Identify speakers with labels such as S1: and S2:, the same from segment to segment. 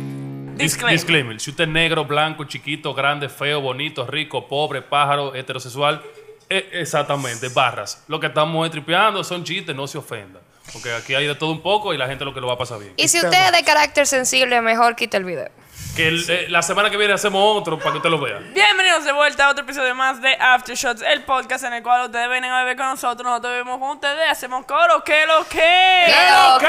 S1: dis-
S2: Disclaimer.
S1: disclaimer. Si usted es negro, blanco, chiquito, grande, feo, bonito, rico, pobre, pájaro, heterosexual, eh, exactamente, barras. Lo que estamos tripeando son chistes, no se ofendan. Porque aquí hay de todo un poco y la gente lo que lo va a pasar bien.
S2: Y si usted es de carácter sensible, mejor quita el video.
S1: Que el- eh, la semana que viene hacemos otro para que usted lo vea.
S3: Bienvenidos de vuelta a otro episodio más de Aftershots, el podcast en el cual ustedes vienen a beber con nosotros, nosotros vivimos con ustedes, hacemos coro, ¿qué lo que?
S2: lo
S3: que?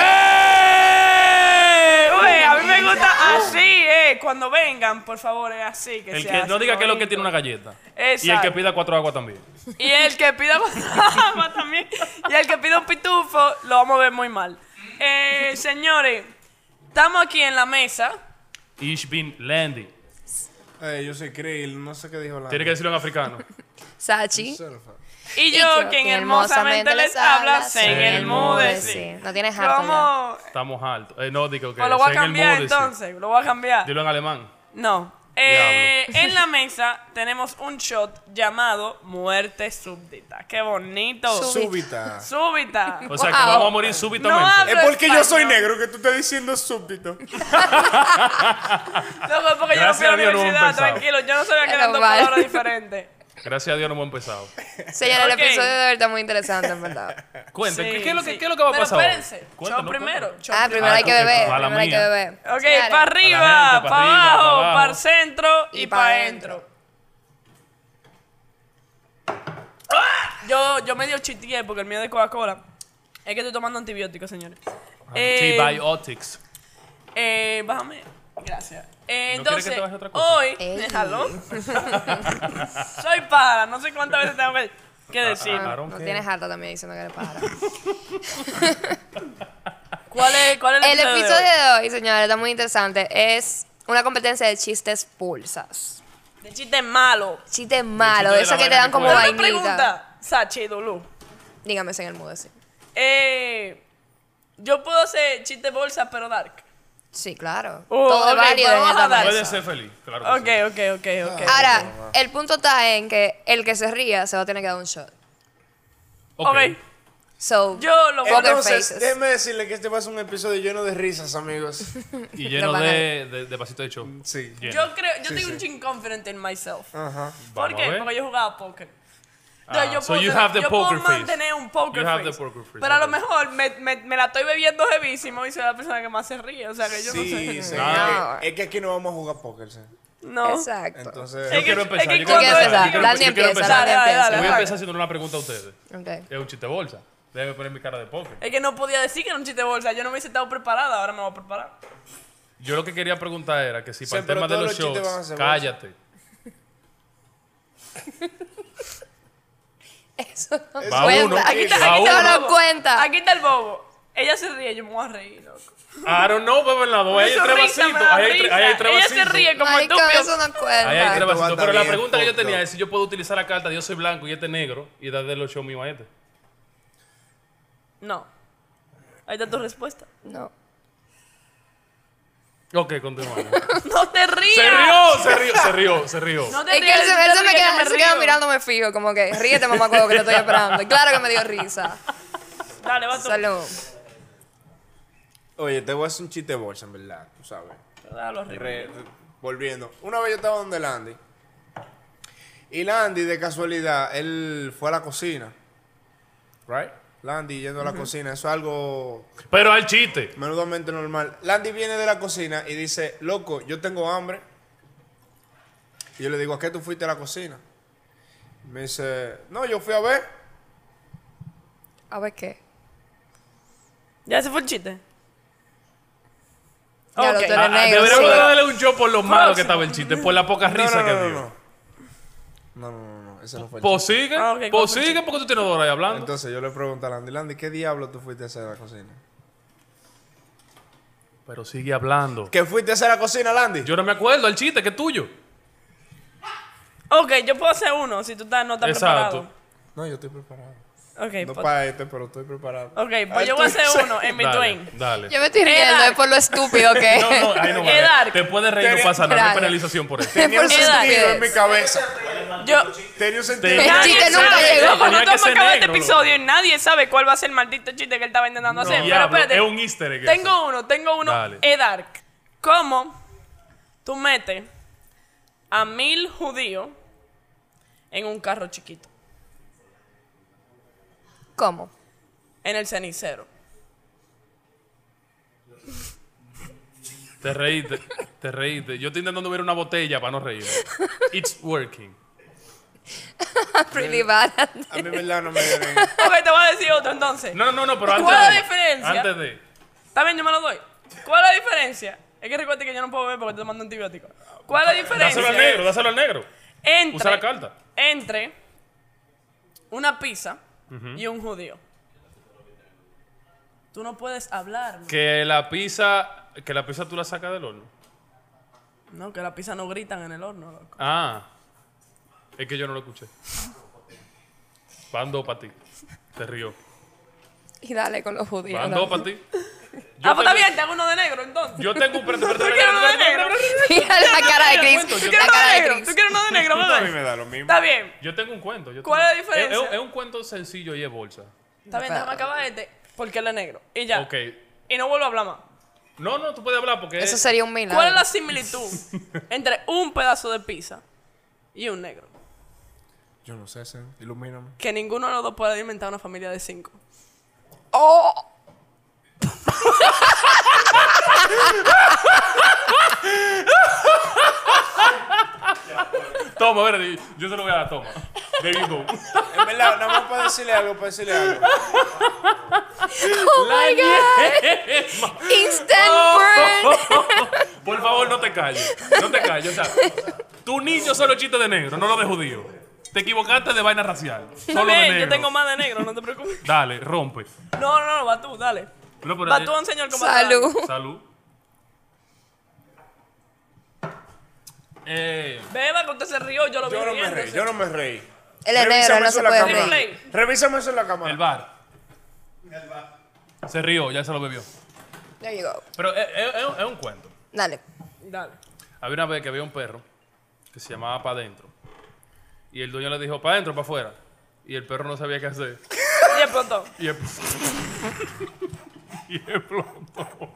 S3: Uy, a mí me gusta así, eh, cuando vengan, por favor, es así que
S1: El
S3: se
S1: que
S3: hace,
S1: no diga que es lo que
S3: bonito.
S1: tiene una galleta. Y el
S3: Exacto.
S1: que pida cuatro aguas también.
S3: Y el que pida agua también, y el que pida un pitufo, lo vamos a ver muy mal. Eh, señores, estamos aquí en la mesa.
S1: Ish bin Landy.
S4: Eh, yo soy Krill, no sé qué dijo la.
S1: Tiene que decirlo en africano.
S2: Sachi.
S4: Surfa.
S3: Y yo, quien hermosamente les habla, se enmudecí.
S2: No tienes harto ya.
S3: ¿Cómo?
S1: Estamos altos. Eh, no, digo que
S3: Pues lo voy a
S1: sea en el
S3: cambiar
S1: mood, sí.
S3: entonces, lo voy a cambiar.
S1: Dilo en alemán.
S3: No. Eh, en la mesa tenemos un shot llamado muerte súbdita. Qué bonito.
S2: Sú-
S4: Súbita.
S3: Súbita.
S1: O sea, que
S2: Wow.
S1: vamos a morir súbitamente.
S3: hablo
S4: Es porque yo soy
S3: español.
S4: negro que tú estás diciendo Eh, súbdito.
S3: Loco, porque yo no fui
S1: Gracias
S3: a
S1: a
S3: la
S1: Dios no hemos
S3: universidad,
S1: empezado.
S3: tranquilo. Yo no sabía que eran
S2: Pero
S3: dos
S2: vale.
S3: palabras diferentes.
S1: Gracias a Dios no hemos empezado.
S2: Señora, el
S3: Ok.
S2: episodio de verdad está muy interesante, en verdad.
S1: Cuenten,
S3: Sí,
S1: ¿qué, qué es lo que,
S3: sí.
S1: qué es lo que va a
S3: Pero
S1: pasar? ahora?
S3: espérense, yo
S1: Cuéntanos,
S3: primero.
S1: cuéntanos.
S3: yo
S2: Ah, primero hay que
S1: porque-
S2: beber.
S1: mala
S2: Primero hay que
S1: mía.
S2: beber.
S3: Ok,
S2: Dale.
S3: para arriba,
S1: gente, pa'
S3: para
S1: arriba, pa'
S3: abajo,
S1: abajo.
S3: para el centro y,
S2: Y pa'
S3: para
S2: adentro.
S3: adentro. ¡Ah! Yo, yo medio chitié porque el mío de Coca-Cola. Es que estoy tomando antibióticos, señores.
S1: Ah,
S3: Eh,
S1: T-Biotics.
S3: eh, bájame. Gracias. Eh,
S1: ¿No quieres que
S3: entonces,
S1: te baje otra cosa?
S3: hoy,
S2: Ey.
S3: déjalo. Soy para, no sé cuántas veces tengo que, que decir.
S1: Ah, Aaron,
S2: No
S1: ¿qué?
S2: tienes harta también diciendo que eres pájaro.
S1: ah.
S3: ¿Cuál es, cuál es
S2: El
S3: de hoy?
S2: episodio de hoy, señores, está muy interesante. Es una competencia de chistes pulsas.
S3: De chiste malo.
S2: Chistes malos,
S1: de
S2: de
S1: la
S2: esos que te
S1: vaina
S2: dan
S1: que
S2: como
S3: Pero una
S2: vainita.
S3: pregunta, Sachi Dulú.
S2: Dígame si en el mudo, sí.
S3: Eh, yo puedo hacer chiste bolsa, pero dark.
S2: Sí, claro.
S3: Oh,
S2: Todo es
S3: ok,
S2: válido
S3: pero
S2: en esta
S3: vamos a
S2: mesa.
S1: Puede ser feliz, claro. que
S3: Ok,
S1: sí.
S3: ok, ok,
S1: Eh,
S3: ok.
S2: Ah. Ahora, el punto está en que el que se ría se va a tener que dar un shot.
S3: ok.
S1: Ok.
S2: So,
S3: Yo lo voy
S2: poker
S3: a
S4: Entonces,
S2: faces.
S4: déjeme decirle que este va a ser un episodio lleno de risas, amigos.
S1: Y lleno
S2: Lo van a-
S1: de, de, de vasito de show.
S4: Sí.
S1: Lleno.
S3: Yo creo, yo tengo
S4: sí.
S3: un chin confident in myself.
S4: Ajá.
S3: ¿Por
S1: Ah. Vamos a
S3: qué?
S1: ver.
S3: Porque yo jugaba póker.
S1: Ah,
S3: Entonces, yo
S1: so
S3: puedo,
S1: you
S3: tener-
S1: have the
S3: yo puedo
S1: poker face.
S3: mantener un poker
S1: You have
S3: face.
S1: the poker face,
S3: Pero a lo
S1: ok.
S3: mejor me, me, me la estoy bebiendo jevísimo y soy la persona que más se ríe. O sea que yo
S4: Sí,
S3: no
S4: sí.
S3: sé.
S2: No.
S4: Es que aquí no vamos a jugar póker, sí.
S3: No.
S2: Exacto.
S4: Entonces.
S3: Es
S1: Yo quiero
S3: es que
S1: empezar. Yo quiero
S3: cuando-
S1: empezar. yo quiero
S2: Dani
S1: empezar, yo quiero
S2: empieza,
S1: empezar.
S2: Dani
S3: Dale, dale,
S2: empieza.
S3: dale.
S1: Voy a empezar haciendo una pregunta a ustedes.
S2: Ok.
S1: Es un chiste bolsa. Déjeme poner mi cara de poker.
S3: Es que no podía decir que era un chiste bolsa. Yo no me hubiese estado preparada. Ahora me voy a preparar.
S1: Yo lo que quería preguntar era que si para
S4: Sí,
S1: el
S4: pero
S1: tema de
S4: todos
S1: los
S4: los chistes van a
S1: shows,
S4: ser
S1: cállate.
S2: Eso no
S1: Va uno.
S2: cuenta. Aquí,
S1: Aquí
S2: está-
S1: va
S2: aquí todo
S1: uno.
S2: no cuenta.
S3: Aquí está el bobo. Ella se ríe, yo me voy a reír, loco.
S1: I don't know, bebé, la voz. Ahí hay
S3: Su
S1: tres
S3: risa me
S1: vasitos.
S3: da
S1: Ahí hay tres-
S3: risa.
S1: ahí hay tres
S3: Ella se
S1: vasitos.
S3: ríe como
S2: Marico, eso
S3: estúpido.
S2: no
S1: Ahí hay
S2: cuenta.
S1: tres vasitos.
S4: banda
S1: Pero la
S4: bien
S1: pregunta que yo
S4: poca.
S1: tenía es si yo puedo utilizar la carta de yo soy blanco y este negro y darle los show mío a este.
S3: No. Ahí está tu respuesta.
S2: No.
S1: Ok, continuamos.
S3: No te rías.
S1: se rió, se rió, se rió, se rió.
S3: No te
S2: Es que
S3: rías.
S2: él se,
S3: no te
S2: él se me
S3: rías,
S2: queda,
S3: que
S2: él se queda
S3: río.
S2: mirándome fijo, como que ríete, mamá huevo, que te estoy esperando. Y Claro que me dio risa.
S3: Dale, va tú.
S2: Salud.
S4: Oye, te voy a hacer un chiste bolsa, en verdad, tú sabes.
S3: Dale, arriba.
S4: Re- volviendo. Una vez yo estaba donde Landy. Y Landy, de casualidad, él fue a la cocina. Right? Landy yendo a la cocina. Eso es algo
S1: Pero al chiste.
S4: menudamente normal. Landy viene de la cocina y dice, loco, yo tengo hambre. Y yo le digo, ¿a qué tú fuiste a la cocina? Me dice, no, yo fui a ver.
S2: A ver qué.
S3: Ya se fue el chiste.
S2: Ya lo
S3: Ok.
S2: tenés.
S1: Ah,
S2: Pero negro,
S1: deberíamos
S2: sí.
S1: darle un show por lo malo
S3: Próximo.
S1: que estaba el chiste, por la poca
S4: No,
S1: risa
S4: no,
S1: que
S4: no, no,
S1: dio.
S4: no. No, no, no, no, ese no fue el
S1: Pues
S4: chiste.
S1: sigue,
S3: Ah, ok, ¿cuál
S1: pues
S3: fue el
S1: sigue porque tú tienes dos horas ahí hablando.
S4: Entonces yo le pregunto a Landy, Landy, ¿qué diablo tú fuiste a hacer a la cocina?
S1: Pero sigue hablando.
S4: ¿Qué fuiste a hacer a la cocina, Landy?
S1: Yo no me acuerdo, el chiste que es tuyo.
S3: Ok, yo puedo hacer uno si tú estás- no estás
S1: Exacto.
S4: No, yo estoy preparado.
S3: preparado. Ok,
S4: No
S3: po-
S4: para este, pero estoy preparado.
S3: ok,
S4: Ay,
S3: pues yo voy a
S4: tú-
S3: hacer uno en between.
S1: Dale. dale.
S2: Yo me estoy riendo,
S3: Edad.
S2: es por lo estúpido que es.
S1: No, no, ahí no
S3: Qué dark.
S1: vale. Te puedes reír, no pasa nada, no hay
S2: Gracias.
S1: penalización por eso.
S4: Tenía un
S2: Por
S4: sentido en mi
S2: estupidez.
S4: cabeza.
S3: Yo,
S4: Tenía un sentido.
S1: Tenía-
S2: El chiste
S3: Nadie
S2: nunca
S3: sabe,
S2: llegó.
S3: loco,
S1: Tenía que
S3: nosotros hemos
S1: ser
S3: acabado este
S1: negro,
S3: episodio y nadie sabe cuál va a ser el maldito chiste que él está intentando hacer. Pero
S1: Diablo,
S3: espérate.
S1: es un easter egg.
S3: Tengo
S1: eso.
S3: uno, tengo uno.
S1: Dale.
S3: E Dark. ¿Cómo Tú metes a mil judíos en un carro chiquito,
S2: ¿Cómo?
S3: en el cenicero.
S1: Te reíste, te reíste. Yo estoy intentando ver una botella para no reír. It's working.
S2: Pretty bad.
S4: A mí, en verdad, no me vienen.
S3: Ok, te voy a decir otro entonces.
S1: No, no, no, pero antes
S3: ¿Cuál es
S1: de-
S3: la diferencia?
S1: Antes de...
S3: Está bien, yo me lo doy. ¿Cuál es la diferencia? Es que recuerda que yo no puedo beber porque estoy tomando antibiótico. ¿Cuál es la
S1: Dáselo al
S3: diferencia?
S1: negro, dáselo al negro.
S3: Entre,
S1: Usa la carta.
S3: entre una pizza y un judío. Tú no puedes hablar. ¿no?
S1: Que la pizza... Que la pizza tú la sacas del horno.
S3: No, que la pizza no gritan en el horno, loco.
S1: Ah. Es que yo no lo escuché. Van dos para ti. Te río.
S2: Y dale con los judíos.
S1: Van
S2: dale.
S1: dos para ti.
S3: ah, pues está
S1: tengo-
S3: bien, te hago uno de negro entonces.
S1: Yo tengo un...
S3: ¿Tú quieres uno de negro?
S2: Mira la cara de
S3: ¿Tú
S2: Chris.
S3: quieres
S2: La
S3: uno de
S2: cara de
S3: negro? ¿Tú
S2: Chris.
S3: quieres uno de negro,
S4: A mí
S3: bebé?
S4: me da lo mismo.
S3: Está bien,
S1: Yo tengo un cuento. yo
S3: ¿Cuál
S1: tengo-
S3: es la diferencia?
S1: Es, es- es un cuento sencillo y es bolsa.
S3: está bien, déjame acabar este. Porque él es negro. Y ya.
S1: Ok.
S3: Y no vuelvo a hablar más.
S1: No, no, tú puedes hablar porque...
S2: Eso sería un milagro.
S3: ¿Cuál es la similitud entre un pedazo de pizza y un negro?
S4: Yo no sé, Sen. Ilumíname.
S3: Que ninguno de los dos puede alimentar una familia de cinco.
S2: Oh.
S1: Toma, a ver, yo se lo voy a dar, toma. There you go.
S4: En verdad, nada más para decirle algo, para decirle algo.
S2: Oh my god. Instant
S1: Oh.
S2: burn.
S1: Por favor, no te calles. No te calles. O sea, tu niño solo chiste de negro, no lo de judío. Te equivocaste de vaina racial.
S3: Está
S1: Solo de
S3: bien,
S1: negro.
S3: yo tengo más de negro, no te preocupes.
S1: Dale, rompe.
S3: No, no, no, va tú, dale.
S1: No, pero-
S3: Va tú, enseñar cómo te
S2: Salud.
S1: Salud. Eh,
S3: dan. Beba, que usted se rió, yo lo vi
S4: Yo no me
S3: riéndose.
S4: reí, yo no me reí.
S2: Él es negro,
S4: Revísame
S2: no
S4: eso
S2: se
S4: en la
S2: puede
S4: cámara.
S2: reír.
S3: reír.
S4: Revísame eso en la
S1: el
S4: cámara.
S1: bar. Se rió, ya se lo bebió.
S2: There you go.
S1: Pero es- es- es un- es un cuento.
S2: Dale.
S3: Dale.
S1: Había una vez que había un perro que se llamaba Pa' Dentro. Y el dueño le dijo, Pa' Dentro, Pa' Afuera. Y el perro no sabía qué hacer.
S3: Y explotó.
S1: Y explotó. y explotó.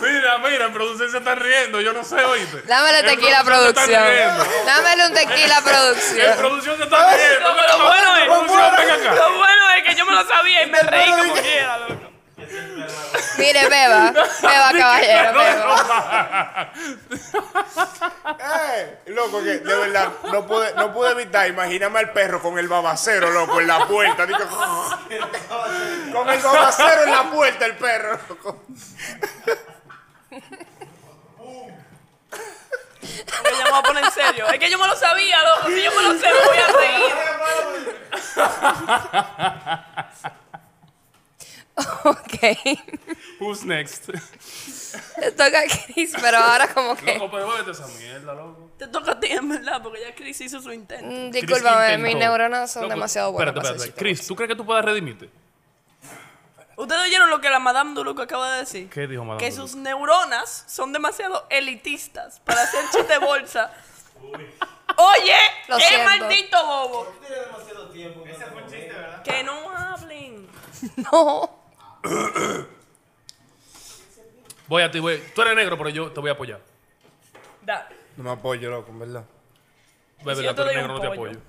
S1: mira, mira, en producción se está riendo. Yo no sé, oíste.
S2: Dámele
S1: En
S2: tequila a
S1: producción se
S2: producción.
S1: están riendo.
S2: Dámele un tequila a
S1: En
S2: producción.
S1: producción se está riendo.
S3: No, pero bueno es-
S1: Producción, ven acá.
S3: Lo bueno es que yo me lo sabía y me reí como quiera, loco.
S2: Mire, beba. Beba, caballero,
S1: No,
S2: beba.
S1: no, no.
S4: ¡Eh! Loco, que de verdad, no pude, no pude evitar. Imagíname al perro con el babacero, loco, en la puerta. Digo, con el babacero en la puerta, el perro, loco.
S3: Porque yo me voy a poner en serio. Es que yo me lo sabía, loco. Si yo me lo sé, me voy a reír.
S2: Ok.
S1: Who's next?
S2: Le toca a Chris, pero ahora como que.
S1: Loco, pero bébete esa mierda, loco.
S3: Te toca a ti, en verdad, porque ya Chris hizo su intento.
S2: Mm,
S1: Chris
S2: Discúlpame,
S1: intentó.
S2: mis neuronas son
S1: Loco,
S2: demasiado buenas.
S1: Espérate,
S2: para
S1: espérate.
S2: hacer
S1: Chris, ¿tú crees que tú puedas redimirte?
S3: Ustedes oyeron lo que la Madame Duluc acaba de decir.
S1: ¿Qué dijo Madame
S3: Que
S1: Duluc?
S3: sus neuronas son demasiado elitistas para hacer chiste de bolsa. Oye,
S2: Lo
S3: qué
S2: siento.
S3: maldito bobo. Que no hablen.
S2: chistes. No.
S1: Voy a ti, voy. Tú eres negro, pero yo te voy a apoyar.
S3: Da.
S4: No me apoyo, loco, en verdad.
S1: Bebe,
S3: si
S1: la
S3: yo te
S1: tú
S3: doy
S1: eres negro,
S3: un
S1: no te
S3: pollo?
S1: apoyo.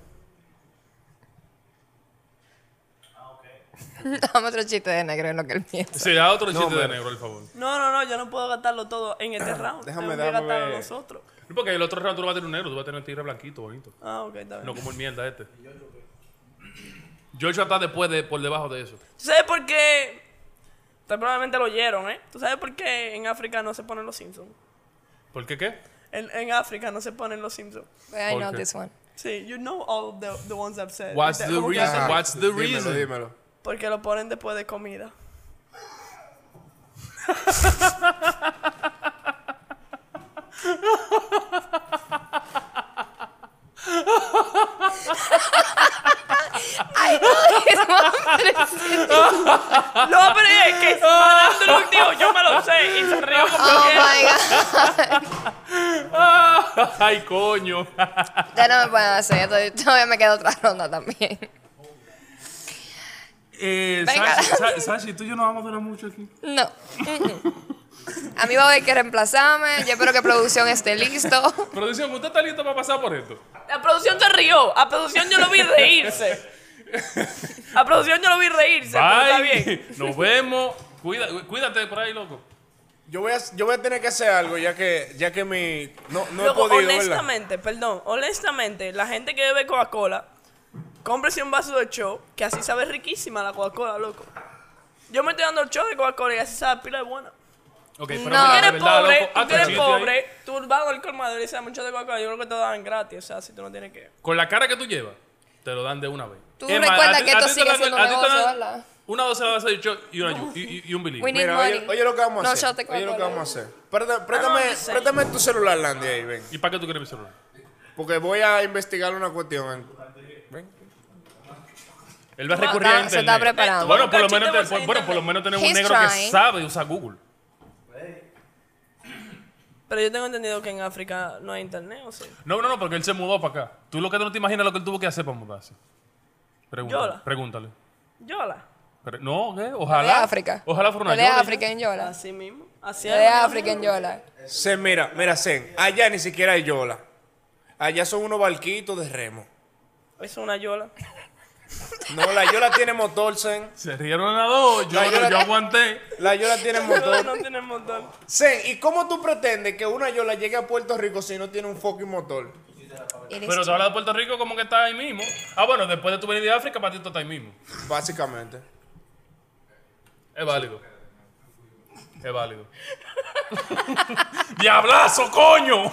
S2: Dame otro chiste de negro en lo que él piensa.
S1: Sí, da otro chiste de
S4: hombre.
S1: negro, por favor.
S3: No, no, no, yo no puedo gastarlo todo en este round.
S4: Déjame
S3: Tengo que
S4: darme-
S3: gastarlo nosotros.
S1: No, porque el otro rato tú no vas a tener un negro, tú vas a tener un tigre blanquito, bonito.
S3: Ah, ok, está bien.
S1: No como el mierda este. George está después de, por debajo de eso.
S3: ¿Tú sabes por qué? Ustedes probablemente lo oyeron, ¿eh? ¿Tú sabes por qué en África no se ponen los Simpsons?
S1: ¿Por qué qué?
S3: En, en África no se ponen los Simpsons.
S2: I know
S1: Ok.
S2: this one.
S3: Sí, you know all the, the ones I've said.
S1: What's
S3: Te-
S1: the
S3: como que-
S1: reason?
S4: Ajá,
S1: What's the reason?
S4: Ah, Dímelo, dímelo.
S3: Porque lo ponen después de comida.
S2: I know this one, pero es-
S3: No, pero es que es destructivo, yo me lo sé. Y se rió como
S2: Oh
S3: que
S2: my god.
S1: ¡Ay, coño!
S2: Ya no me pueden hacer. esto. Todavía me queda otra ronda también.
S1: Eh,
S2: Venga.
S1: Sashi, Sa- Sashi, tú y yo nos vamos a durar mucho aquí.
S2: No. Mm, mm. A mí va a haber que reemplazarme. Yo espero que producción esté listo.
S1: Producción, ¿usted está listo para pasar por esto?
S3: La producción se rió. A producción yo lo vi reírse. A producción yo lo vi reírse. pero está bien.
S1: Bye. Nos vemos. Cuida- cuídate por ahí, loco.
S4: Yo voy, a, yo voy a tener que hacer algo ya que, ya que mi. No, no
S3: Luego,
S4: he podido, ¿verdad?
S3: honestamente, perdón, honestamente, la gente que bebe Coca-Cola, cómprese un vaso de show, que así sabe riquísima la Coca-Cola, loco. Yo me estoy dando el show de Coca-Cola y así sabe pila de buena.
S1: Ok, pero
S2: No.
S1: mira,
S3: Tú
S1: Ah, de
S3: eres
S1: verdad,
S3: pobre,
S1: loco, Ah,
S3: tú
S1: hazte
S3: que eres
S1: chiste ahí.
S3: pobre, tú vas al colmador y sabes mucho de Coca-Cola, yo creo que te lo dan gratis, o sea, si tú no tienes que...
S1: Con la cara que tú llevas, te lo dan de una vez.
S2: Tú
S1: Es más,
S2: recuerda
S1: a ti-
S2: que
S1: a
S2: esto
S1: ti te
S2: sigue
S1: dan-
S2: siendo
S1: a ti te
S2: negocio,
S1: dan
S2: ¿verdad?
S1: Una docena de vaso de shot y, una yu- y, y- y un
S2: We
S1: bilis.
S2: need
S4: Mira, oye,
S2: money.
S4: oye lo que vamos a
S2: No
S4: hacer.
S2: shot de
S4: oye lo que
S2: Coca-Cola.
S4: vamos a hacer. Presta- Préstame,
S3: no sé.
S4: préstame tu celular, Landy, ahí, ven.
S1: ¿Y para qué tú quieres mi celular?
S4: Porque voy a investigar una cuestión. Ven.
S1: Él va a
S2: No,
S1: recurrir a
S2: está- se está
S1: internet.
S2: preparando.
S1: Bueno, por lo
S3: Cachito
S1: menos,
S3: vas
S1: te-
S3: a
S1: bueno, por lo
S3: internet.
S1: menos tenemos un
S2: He's
S1: negro que
S2: trying.
S1: sabe usar Google.
S3: Pero yo tengo entendido que en África no hay internet, o sea...
S1: No, no, no, porque él se mudó para acá. Tú lo que no te imaginas lo que él tuvo que hacer para mudarse. Pregúntale.
S3: Yola.
S1: pregúntale.
S3: Yola.
S1: Pre- no, ¿qué?
S2: De
S1: Ojalá.
S2: África.
S1: Ojalá fuera una
S2: De
S1: yola y ya.
S2: África en Yola.
S3: Así mismo. Así
S2: De África en Yola.
S4: Sen, mira, mira, Sen, allá ni siquiera hay yola. Allá son unos barquitos de remo.
S3: Eso es una yola.
S4: No, la yola tiene motor, Sen.
S1: Se rieron a dos. Yo,
S4: La yola-
S1: yo aguanté.
S4: La yola tiene
S3: Yola
S4: motor.
S3: no tiene motor.
S4: Sen, ¿y cómo tú pretendes que una yola llegue a Puerto Rico si no tiene un fucking motor?
S2: It is
S1: Pero tú hablas de Puerto Rico como que está ahí mismo. Ah, bueno, después de tu venir de África, para ti tú estás ahí mismo.
S4: Básicamente.
S1: Es válido. Es válido. ¡Diablazo, coño!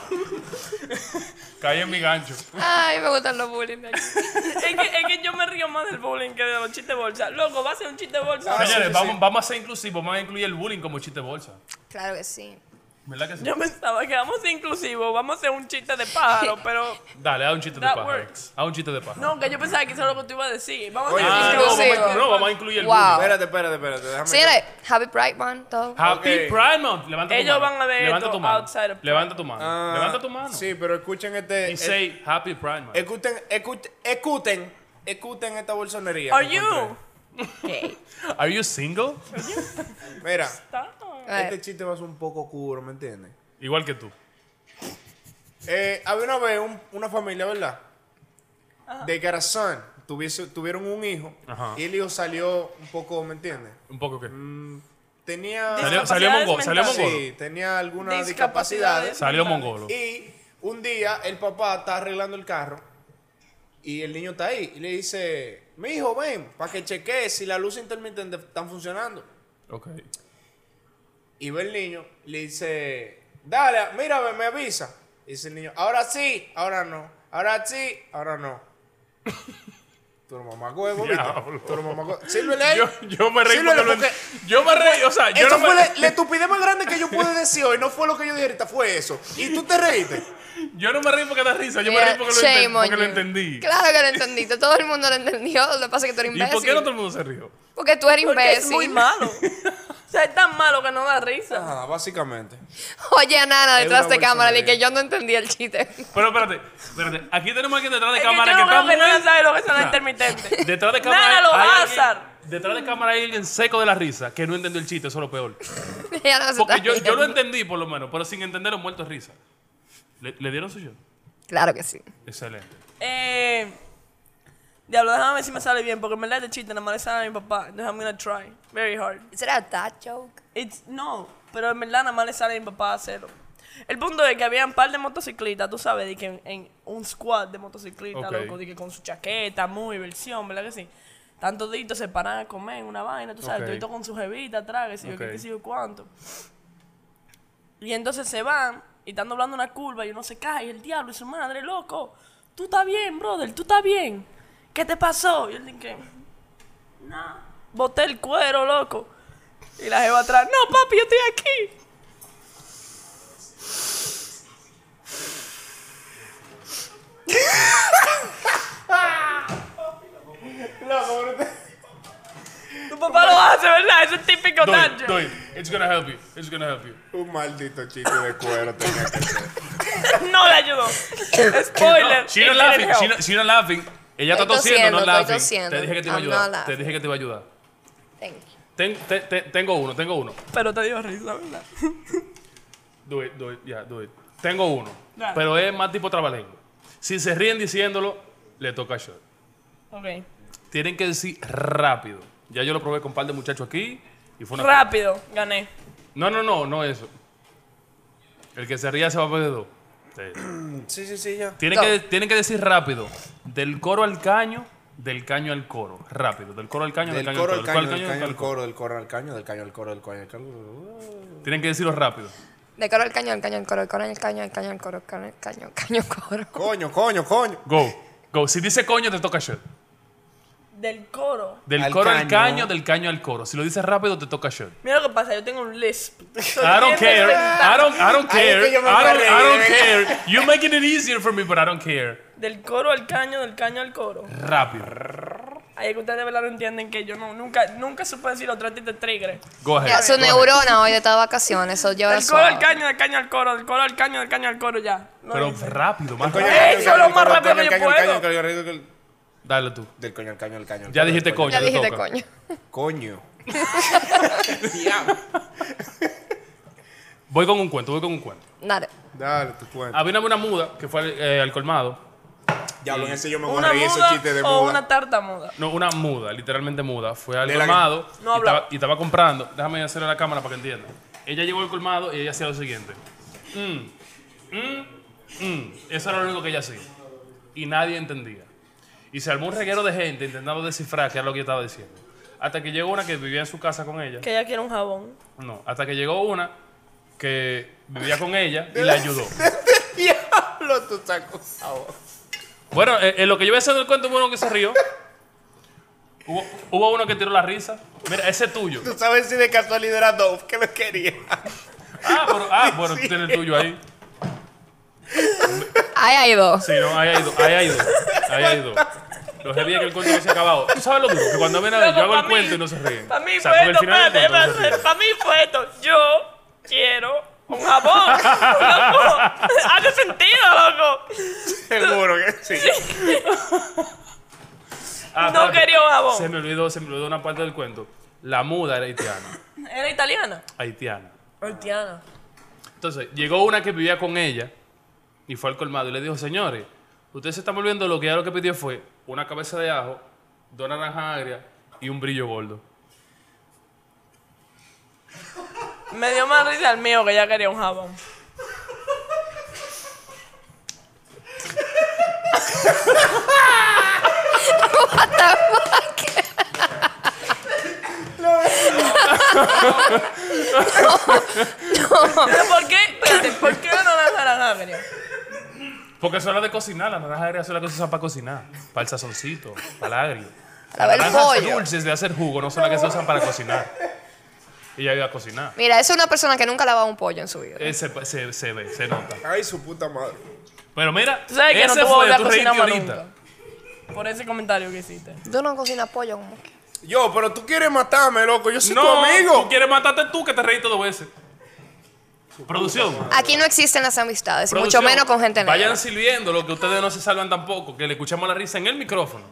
S1: Caí en mi gancho.
S2: Ay, me gustan los bullying de aquí.
S3: es, que, es que yo me río más del bullying que de los chistes bolsa. Loco, va a ser un chiste bolsa.
S4: Ah, sí,
S1: Señores,
S4: sí,
S1: vamos,
S4: sí.
S1: vamos a ser inclusivos, vamos a incluir el bullying como chiste bolsa.
S2: Claro que sí.
S1: ¿Verdad que sí?
S3: Yo pensaba que vamos a ser inclusivos, vamos a hacer un chiste de pájaro, pero.
S1: Dale, haz un chiste de
S3: That
S1: pájaro.
S3: works.
S1: Haz un chiste de pájaro.
S3: No, que yo pensaba que eso es lo que tú ibas a decir. Vamos
S4: Oye,
S3: a
S1: Ah,
S3: ser
S1: no, vamos a-
S2: inclusivo.
S1: no, vamos a incluir el
S2: Wow.
S1: bullying.
S4: Espérate, espérate, espérate. Déjame.
S2: Señores, Happy Pride Month. todo.
S1: Happy
S4: Ok.
S1: Pride Month. Levanta tu
S3: Ellos
S1: mano.
S3: van a ver
S1: Levanta
S3: esto
S1: tu mano.
S3: outside of Pride.
S1: Levanta tu mano.
S4: Ah,
S1: Levanta tu mano.
S4: Sí, eh, pero escuchen este.
S1: Y say Happy Pride Month.
S4: Escuten, escuten, escuten, escuten esta bolsonería.
S3: Are
S4: que
S3: you?
S4: encontré.
S1: Este Are you single?
S4: Mira,
S2: A ver,
S4: este chiste va a ser un poco oscuro, ¿me entiendes?
S1: Igual que tú.
S4: Eh, había una vez un- una familia, ¿verdad? De Garazán tuviese- tuvieron un hijo
S1: Ajá.
S4: y el hijo salió un poco, ¿me entiendes?
S1: Un poco que.
S4: Tenía,
S1: Salió,
S3: Mm. Discapacidades
S1: salió mongol.
S3: mentales.
S1: Salió mongol.
S4: sí, tenía algunas
S3: Discapacidades.
S4: discapacidades.
S1: Salió mongolo.
S4: Y un día el papá está arreglando el carro y el niño está ahí y le dice, mi hijo, ven, para que chequee si la luz intermitente están funcionando.
S1: Ok.
S4: Y ve el niño, le dice, dale, mira, me avisa. Y dice el niño, ahora sí, ahora no, ahora sí, ahora no. Tú eres mamá huevo, ¿viste?
S1: Diablo.
S4: Tú eres mamá huevo. Sírvele ahí.
S1: Yo, yo me reí.
S4: Sírvele
S1: cuando lo-
S4: porque
S1: Yo me reí. O sea, yo
S4: eso
S1: no
S4: fue la,
S1: me.
S4: la estupidez más grande que yo pude decir hoy. No fue lo que yo dije ahorita, fue eso. Y tú te reíste.
S1: Yo no me reí porque da risa. Yo me
S2: mira,
S1: reí porque lo,
S2: shame
S1: enten-
S2: on
S1: porque lo
S2: you.
S1: entendí.
S2: Claro que lo entendiste. Todo el mundo lo entendió. Lo que pasa es que tú eres
S1: ¿Y
S2: imbécil.
S1: por qué no todo el mundo se rió?
S2: Porque tú eres
S3: Porque
S2: imbécil.
S3: es muy malo. O sea, es tan malo que no da risa.
S4: Ajá, básicamente.
S2: Oye, Nana,
S4: Es
S2: detrás
S4: una
S2: de cámara, di
S4: bolsonería.
S2: que yo no entendí el chiste.
S1: Pero espérate, espérate. Aquí tenemos alguien detrás de
S3: Es que yo
S1: cámara que
S3: no
S1: está
S3: creo
S1: muy.
S3: que nadie sabe lo que son las
S1: Nah.
S3: intermitentes.
S1: Detrás
S3: Nada,
S1: de cámara. hay-
S3: lo
S1: hay
S3: vas a
S1: alguien-
S3: azar.
S1: Detrás de cámara hay alguien seco de la risa que no entendió el chiste. Eso es lo peor.
S2: Ella no se
S1: Porque
S2: está
S1: yo, yo lo
S2: riendo.
S1: entendí por lo menos, pero sin entenderlo, muerto de risa. ¿Le, le dieron su shot?
S2: Claro que sí.
S1: Excelente.
S3: Eh. Diablo, déjame ver si me sale bien, porque en verdad este chiste nada más le sale a mi papá. Entonces I'm gonna try very hard.
S2: Is it a dad joke?
S3: It's, no, pero en verdad nada más le sale a mi papá a hacerlo. El punto es que había un par de motociclistas, tú sabes, de que en, en un squad de motociclistas,
S1: Ok.
S3: loco, de que con su chaqueta, muy versión, ¿verdad que sí? Tanto dito se paran a comer una vaina, tú sabes,
S1: Ok.
S3: todito con su jevita atrás, que si yo qué,
S1: Ok.
S3: qué sé yo cuánto. Y entonces se van y están doblando una curva y uno se cae y el diablo y su madre, loco, tú estás bien, brother, tú estás bien. ¿Qué te pasó? Y él dice, no, boté el cuero, loco. Y la jeva atrás, no, papi, yo estoy aquí. Tu papá lo hace, ¿verdad? Eso es típico
S1: Do it,
S3: Nacho.
S1: do it. It's gonna help you. It's gonna help you.
S4: Un maldito chiste de cuero tenía que ser.
S3: No le ayudó. Spoiler.
S1: She
S3: It
S1: not laughing.
S3: didn't help.
S1: She not, she not laughing. Ella está tosiendo,
S2: Estoy tosiendo,
S1: no
S2: estoy
S1: laughing.
S2: tosiendo.
S1: Te dije que te iba a
S2: I'm
S1: ayudar.
S2: not
S1: Te dije que te iba a ayudar.
S2: Thank you.
S1: Ten- te- te- tengo uno, tengo uno.
S3: Pero te dio risa, ¿verdad?
S1: Do it, do it, yeah, do it. Tengo uno.
S3: Dale.
S1: Pero es más tipo trabalengua. Si se ríen diciéndolo, le toca shot.
S3: ok.
S1: Tienen que decir rápido. Ya yo lo probé con un par de muchachos aquí y fue una.
S3: Rápido, gané.
S1: No, no, no, no eso. El que se ría se va a perder dos. Sí.
S4: Sí, sí, sí, ya.
S1: Tienen,
S2: No.
S1: que, tienen que decir rápido. Del coro al caño, del caño al coro. Rápido. Del coro al caño, del,
S4: Del
S1: caño
S4: coro
S1: al
S4: al
S1: coro. Del
S4: caño, del caño al
S1: coro.
S4: coro, del coro al caño, del caño al coro, del caño al coro.
S1: Tienen que decirlo rápido.
S2: De coro al caño, al caño, al coro, al coro, al caño, al caño, al coro, al caño, al caño, al caño, al coro.
S4: Coño, coño, coño.
S1: Go. Go. Si dice coño, te toca shot.
S3: Del coro.
S1: Del
S4: Al
S1: coro al
S4: caño.
S1: caño, del caño al coro. Si lo dices rápido, te toca shot.
S3: Mira lo que pasa, yo tengo un lisp.
S1: I don't care. I don't, I don't
S4: Ahí es
S1: care. I
S4: que yo me
S1: don't,
S4: voy a
S1: I don't
S4: reír,
S1: care. You're making it easier for me, but I don't care.
S3: Del coro al caño, del caño al coro.
S1: Rápido.
S3: Ahí es que ustedes de verdad no entienden que yo no, nunca, nunca supe decir otro tipo de trigger.
S1: Go ahead.
S2: Ya, su
S1: Go ahead.
S2: neurona hoy de estas vacaciones, eso yo
S3: Del coro al caño, del caño al coro, del coro al caño, del caño al coro, ya. No
S1: Pero
S3: dice.
S1: rápido, más
S4: Del coño
S1: rápido.
S4: al caño, del
S3: Eso es lo
S4: caño al
S3: más
S4: coro,
S3: rápido
S4: del
S3: que
S4: caño
S3: yo
S4: al caño,
S3: puedo.
S4: del caño al coro, del-
S1: Dale tú.
S4: Del coño al caño, del caño. al
S1: Ya
S4: coro,
S1: dijiste
S4: del coño.
S1: coño.
S2: Ya
S1: te
S2: dijiste
S1: toca.
S2: coño.
S4: Coño. Diablo.
S1: Voy con un cuento, voy con un cuento.
S2: Dale.
S4: Dale, tu cuento.
S1: Había una- una muda que fue al- eh, al colmado.
S4: Diablo, en ese yo me voy a
S3: Una
S4: reír esos
S3: muda
S4: chistes de
S3: o
S4: muda.
S3: una tarta muda.
S1: No, una muda, literalmente muda. Fue al
S4: De la que-
S1: colmado
S3: No
S1: y,
S3: hablaba.
S1: estaba, y estaba comprando. Déjame hacer a la cámara para que entiendan. Ella llegó al colmado y ella hacía lo siguiente. Mm, mm, mm. Eso era lo único que ella hacía. Y nadie entendía. Y se armó un reguero de gente intentando descifrar qué era lo que yo estaba diciendo. Hasta que llegó una que vivía en su casa con ella.
S3: Que ella quiere un jabón.
S1: No, hasta que llegó una que vivía con ella y la ayudó.
S4: Diablo, tú estás acosado.
S1: Bueno, en, en lo que yo voy haciendo el cuento, hubo uno que se rió. Hubo, hubo uno que tiró la risa. Mira, ese es tuyo.
S4: Tú sabes si de casualidad era Dove que lo quería.
S1: Ah, pero, ah, bueno, tú tienes el tuyo ahí.
S2: Ahí hay dos.
S1: Sí, no, ahí hay dos, ahí hay dos, ahí hay dos. Lo heavy es que el cuento no se ha acabado. ¿Tú sabes lo duro? Que cuando ven a ver, yo hago el cuento y no se ríen.
S3: Para mí
S1: O sea,
S3: fue
S1: con el
S3: esto,
S1: final del cuento no se ríen.
S3: para mí fue esto. Yo quiero un jabón. loco. Hace sentido, loco.
S4: Seguro que sí.
S1: Ah,
S3: No
S1: espérate.
S3: quería un jabón.
S1: Se me olvidó, se me olvidó una parte del cuento. La muda era haitiana,
S3: ¿Era italiana?
S1: haitiana.
S3: Haitiana.
S1: Entonces, llegó una que vivía con ella y fue al colmado y le dijo, señores, ustedes se están volviendo lo que ella lo que pidió fue una cabeza de ajo, dos naranjas agrias y un brillo gordo.
S3: Me dio más risa el mío que ya quería un jabón. Pero ¿Por qué? Espérate, ¿por qué no la naranja agria?
S1: Porque eso era de cocinar, las naranjas agrias son las que se usan para cocinar, para el sazoncito, para el agrio.
S2: Para
S1: Las
S2: ver el
S1: naranjas
S2: pollo.
S1: dulces de hacer jugo no son las que se usan para cocinar. Ella iba a cocinar.
S2: Mira, esa es una persona que nunca lava un pollo en su vida.
S1: Eh, se, se- se ve, se nota.
S4: Ay, su puta madre.
S1: Pero mira,
S3: Tú sabes que no
S1: ese
S3: te voy a
S1: fue
S3: volver a
S1: tu
S3: cocinar
S1: reíste
S3: más
S1: ahorita.
S3: nunca. Por ese comentario que hiciste.
S2: Tú no cocinas pollo como que.
S4: Yo, pero tú quieres matarme, loco. Yo soy tu
S1: No, tú
S4: amigo.
S1: quieres matarte tú que te reíste dos veces. Producción.
S2: Aquí no existen las amistades, y mucho
S1: Producción,
S2: menos con gente negra.
S1: Vayan sirviendo lo que ustedes no se salvan tampoco, que le escuchamos la risa en el micrófono.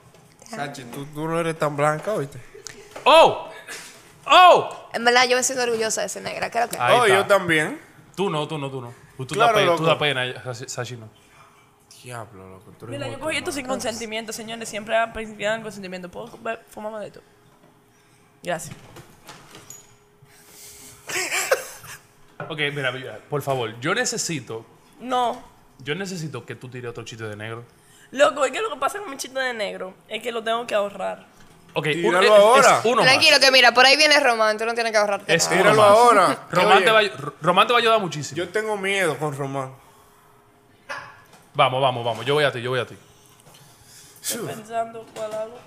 S4: Sachi, tú, tú no eres tan blanca, oíste.
S1: ¡Oh! ¡Oh!
S2: En verdad, yo me siento orgullosa de ser negra. Creo que.
S1: Ahí
S4: oh,
S1: está.
S4: yo también.
S1: Tú no, tú no, tú no. Tú,
S4: Claro,
S1: da pena, tú
S4: loco.
S1: da pena, Sashi Sashi no.
S4: Diablo, loco. Tú eres
S3: Mira, yo
S4: muy-
S3: cogí esto sin consentimiento, señores. Siempre pidan consentimiento. ¿Puedo ver? fumamos de esto? Gracias.
S1: Ok, mira, mira, por favor, yo necesito,
S3: No.
S1: yo necesito que tú tires otro chiste de negro.
S3: Loco, es que lo que pasa con mi chiste de negro es que lo tengo que ahorrar.
S1: Ok,
S4: Tíralo
S1: es-
S4: ahora.
S1: es uno más.
S2: Tranquilo, que mira, por ahí viene Román, tú no tienes que ahorrarte.
S1: Es
S2: nada.
S1: uno
S4: Míralo
S1: más.
S4: ahora.
S1: Román te, va, a-
S4: Oye,
S1: R- Román te va a ayudar muchísimo.
S4: Yo tengo miedo con Román.
S1: Vamos, vamos, vamos. Yo voy a ti, yo voy a ti.
S4: Shoo.
S3: Pensando cuál hago.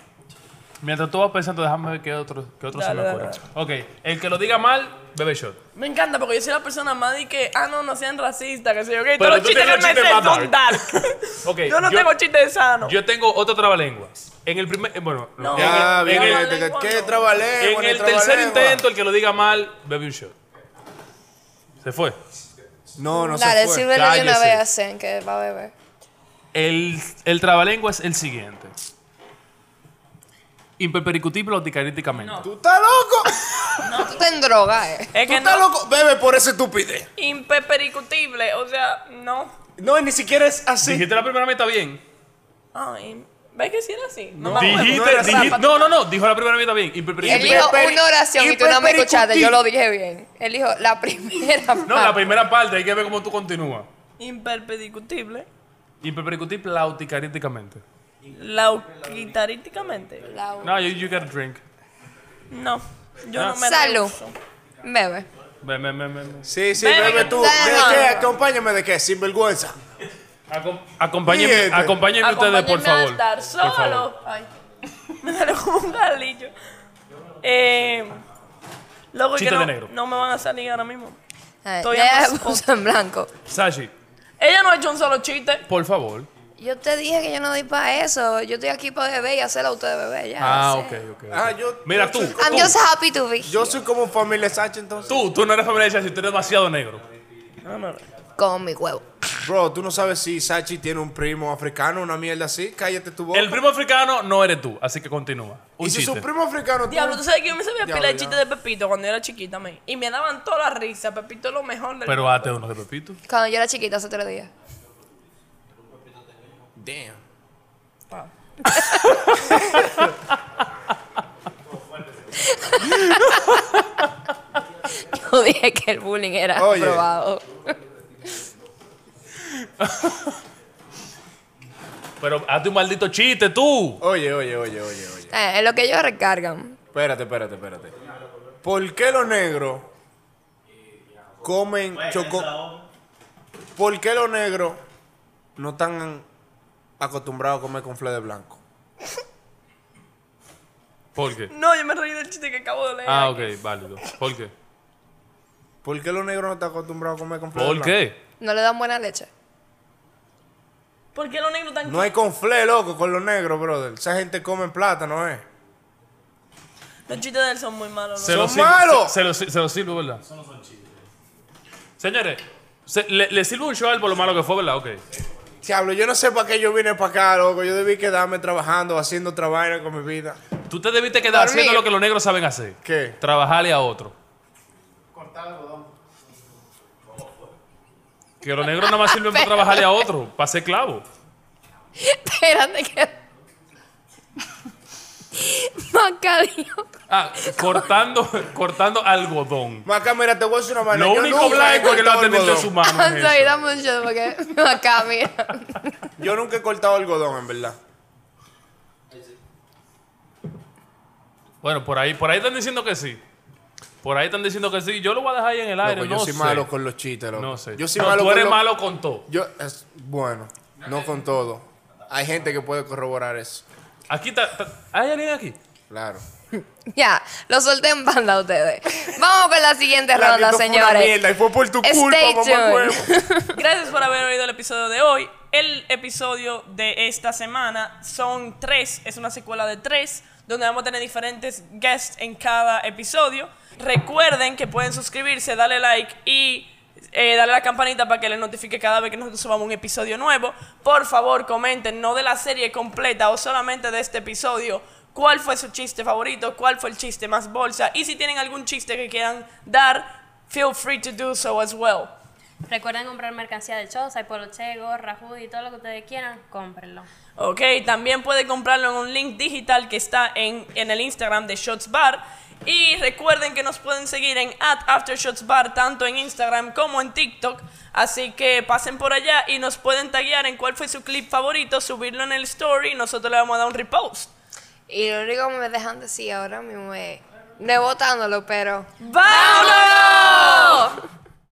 S1: Mientras tú vas pensando, déjame ver qué otro, qué otro se
S3: Dale,
S1: me ocurre.
S3: dale,
S1: Ok, el que lo diga mal, bebe shot.
S3: Me encanta porque yo soy la persona más de que, ah, no, no sean racistas, que sé yo, que
S1: Pero
S3: todos los
S1: tú
S3: chistes que
S1: tienes
S3: me
S1: chistes
S3: sé
S1: más
S3: son dark.
S1: Ok,
S3: yo no
S1: yo-
S3: tengo chistes sanos.
S1: Yo tengo otro trabalengua. En el primer, eh, bueno,
S3: No.
S1: en el-
S4: Ya,
S1: en el-
S4: viene.
S3: el-
S4: te- te-
S3: en
S4: ¿Qué
S3: el
S4: trabalé?
S1: En el tercer intento, el que lo diga mal, bebe un shot. Se fue.
S4: No, no
S2: Dale,
S4: se fue.
S2: sírvele de una
S1: Cállese.
S2: vez a Zen, que va a beber.
S1: El, el trabalengua es el siguiente. Imperpericutible o dicaríticamente.
S3: No.
S4: ¿Tú estás loco?
S2: Tú estás en droga, eh.
S3: Es
S4: ¿Tú
S3: que
S4: estás
S3: no.
S4: loco? Bebe por esa estupidez.
S3: Imperpericutible, o sea, no.
S4: No, ni siquiera es así.
S1: Dijiste la primera mitad bien.
S3: Ay, ¿ves que si era así? No,
S4: No.
S3: me acuerdo.
S1: Dijiste,
S4: no era
S1: dijiste-
S4: rápido.
S1: no, no, no, dijo la primera mitad bien.
S2: Él
S1: Imperpericutible.
S4: Elijo-
S2: dijo
S4: Hiperperi-
S2: una oración y tú no me escuchaste, yo
S4: hiperpericutivo.
S2: lo dije bien. Él dijo la primera
S1: No, la primera parte, hay que ver cómo tú continúas.
S3: Imperpericutible.
S1: Imperpericutible o dicaríticamente.
S3: Lauquitarísticamente.
S2: primera.
S1: No, you, you get a drink.
S3: No, yo
S1: Ah.
S3: no me
S2: Salud.
S3: rehuso.
S2: Bebe.
S1: Ven, ven, ven, ven. ven.
S4: Sí, sí,
S3: Bebe,
S4: bebe
S3: que-
S4: tú.
S2: No,
S4: ¿De
S2: no,
S4: qué?
S2: no.
S4: Acompáñame de qué, sin vergüenza.
S1: Acom- acompáñenme,
S4: Siete.
S1: acompáñenme ustedes, por
S3: Acompáñenme
S1: favor.
S3: a estar
S1: Por favor.
S3: solo. Ay, me salió como un galillo. Eh, loco, es que
S1: Chiste
S3: no,
S1: de negro.
S3: no me van a salir ahora mismo.
S2: A ver,
S3: Estoy
S2: ya
S3: amas-
S2: me puso en blanco.
S1: Sashi,
S3: Ella no ha hecho un solo chiste.
S1: por favor.
S2: Yo te dije que yo no doy para eso. Yo estoy aquí para beber y hacerlo a usted beber. Ya,
S1: Ah,
S2: no
S1: ok,
S2: sé.
S1: ok.
S4: Ah, yo-
S1: Mira
S4: yo
S1: tú,
S4: soy-
S2: I'm
S1: tú,
S2: just happy to be.
S4: Yo soy como familia Sacha entonces.
S1: tú, tú no eres familia de Sashi, tú eres demasiado negro.
S2: Con mi huevo.
S4: Bro, tú no sabes si Sachi tiene un primo africano, una mierda así. Cállate tu boca.
S1: El primo africano no eres tú, así que continúa. Un
S4: y si
S1: chiste.
S4: su primo africano. tú-
S3: Diablo, tú sabes que yo me sabía
S4: Diablo,
S3: pila de
S4: ya.
S3: chistes de Pepito cuando yo era chiquita, me. Y me daban toda la risa. Pepito es lo mejor del
S1: Pero hazte uno de Pepito.
S2: Cuando yo era chiquita hace tres días.
S4: Damn.
S3: Wow.
S2: Yo dije que el bullying era
S4: Oye.
S2: aprobado.
S1: Pero hazte un maldito chiste, tú.
S4: Oye, oye, oye, oye, oye.
S2: Eh, es lo que ellos recargan.
S4: Espérate, espérate, espérate. ¿Por qué los negros comen choco? ¿Por qué los negros no están acostumbrados a comer con de blanco?
S1: ¿Por qué?
S3: No, yo me reí del chiste que acabo de leer.
S1: Ah, ok, válido. ¿Por qué?
S4: ¿Por qué los negros no están acostumbrados a comer con de
S1: ¿Por
S4: blanco?
S1: qué?
S2: No le dan buena leche.
S3: ¿Por qué los negros tan
S4: No hay conflé, loco, con los negros, brother. Esa gente come plátano, ¿eh?
S3: Los chistes de él son muy malos. ¿no?
S1: Se lo
S4: ¡Son
S1: sirvo-
S4: malos!
S1: Se, se lo, si- se lo sirvo, ¿verdad? Señores, se- le, le sirvo un show a él por lo malo que fue, ¿verdad? Ok.
S4: Diablo, yo no sé para qué yo vine para acá, loco. Yo debí quedarme trabajando, haciendo otra vaina con mi vida.
S1: Tú te debiste quedar
S2: Dormir.
S1: haciendo lo que los negros saben hacer.
S4: ¿Qué?
S1: Trabajarle a otro. Que los negros nada más sirven para trabajarle a otro, para ser esclavo.
S2: Espérate que. Maca dijo.
S1: Ah, cortando, cortando algodón.
S4: Maca, mira, te voy a decir una vaina.
S1: Lo
S4: Yo
S1: único
S4: nunca he
S1: blanco que lo va a
S4: cortado
S1: tener entre
S4: algodón.
S1: su mano es
S2: I'm sorry,
S1: eso.
S2: dame un shot porque Maca, mira.
S4: Yo nunca he cortado algodón, en verdad.
S1: Bueno, por ahí, por ahí están diciendo que sí. Por ahí están diciendo que sí. Yo lo voy a dejar ahí en el aire.
S4: Loco, yo
S1: no
S4: soy
S1: sé.
S4: malo con los chistes, loco.
S1: No sé.
S4: Yo soy
S1: No,
S4: malo
S1: tú
S4: con
S1: eres
S4: los-
S1: malo con todo.
S4: Yo, es, bueno, no con todo. Hay gente que puede corroborar eso.
S1: Aquí está. está- ¿Hay alguien aquí?
S4: Claro.
S2: Ya, lo solté en banda a ustedes. Vamos con la siguiente
S4: La
S2: ronda,
S4: tipa fue una
S2: señores.
S4: mierda y fue por tu
S2: Stay
S4: culpa, mamá
S2: tuned.
S4: huevo.
S3: Gracias por haber oído el episodio de hoy. El episodio de esta semana son tres, es una secuela de tres, donde vamos a tener diferentes guests en cada episodio. Recuerden que pueden suscribirse, darle like y eh, darle a la campanita para que les notifique cada vez que nosotros subamos un episodio nuevo. Por favor, comenten, no de la serie completa o solamente de este episodio cuál fue su chiste favorito, cuál fue el chiste más bolsa y si tienen algún chiste que quieran dar, feel free to do so as well.
S5: Recuerden comprar mercancía del show, hay poloche, gorra, hoodie, todo lo que ustedes quieran, cómprenlo.
S3: Ok, también puede comprarlo en un link digital que está en, en el Instagram de Shots Bar. Y recuerden que nos pueden seguir en at AfterShotsBar tanto en Instagram como en TikTok. Así que pasen por allá y nos pueden taguear en cuál fue su clip favorito, subirlo en el story y nosotros le vamos a dar un repost.
S2: Y lo único que me dejan decir ahora mismo es. No es votándolo, pero.
S3: ¡Vámonos!